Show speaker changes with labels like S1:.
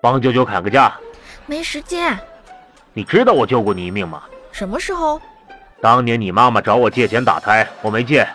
S1: 帮九九砍个价。
S2: 没时间。
S1: 你知道我救过你一命吗？
S2: 什么时候？
S1: 当年你妈妈找我借钱打胎，我没借，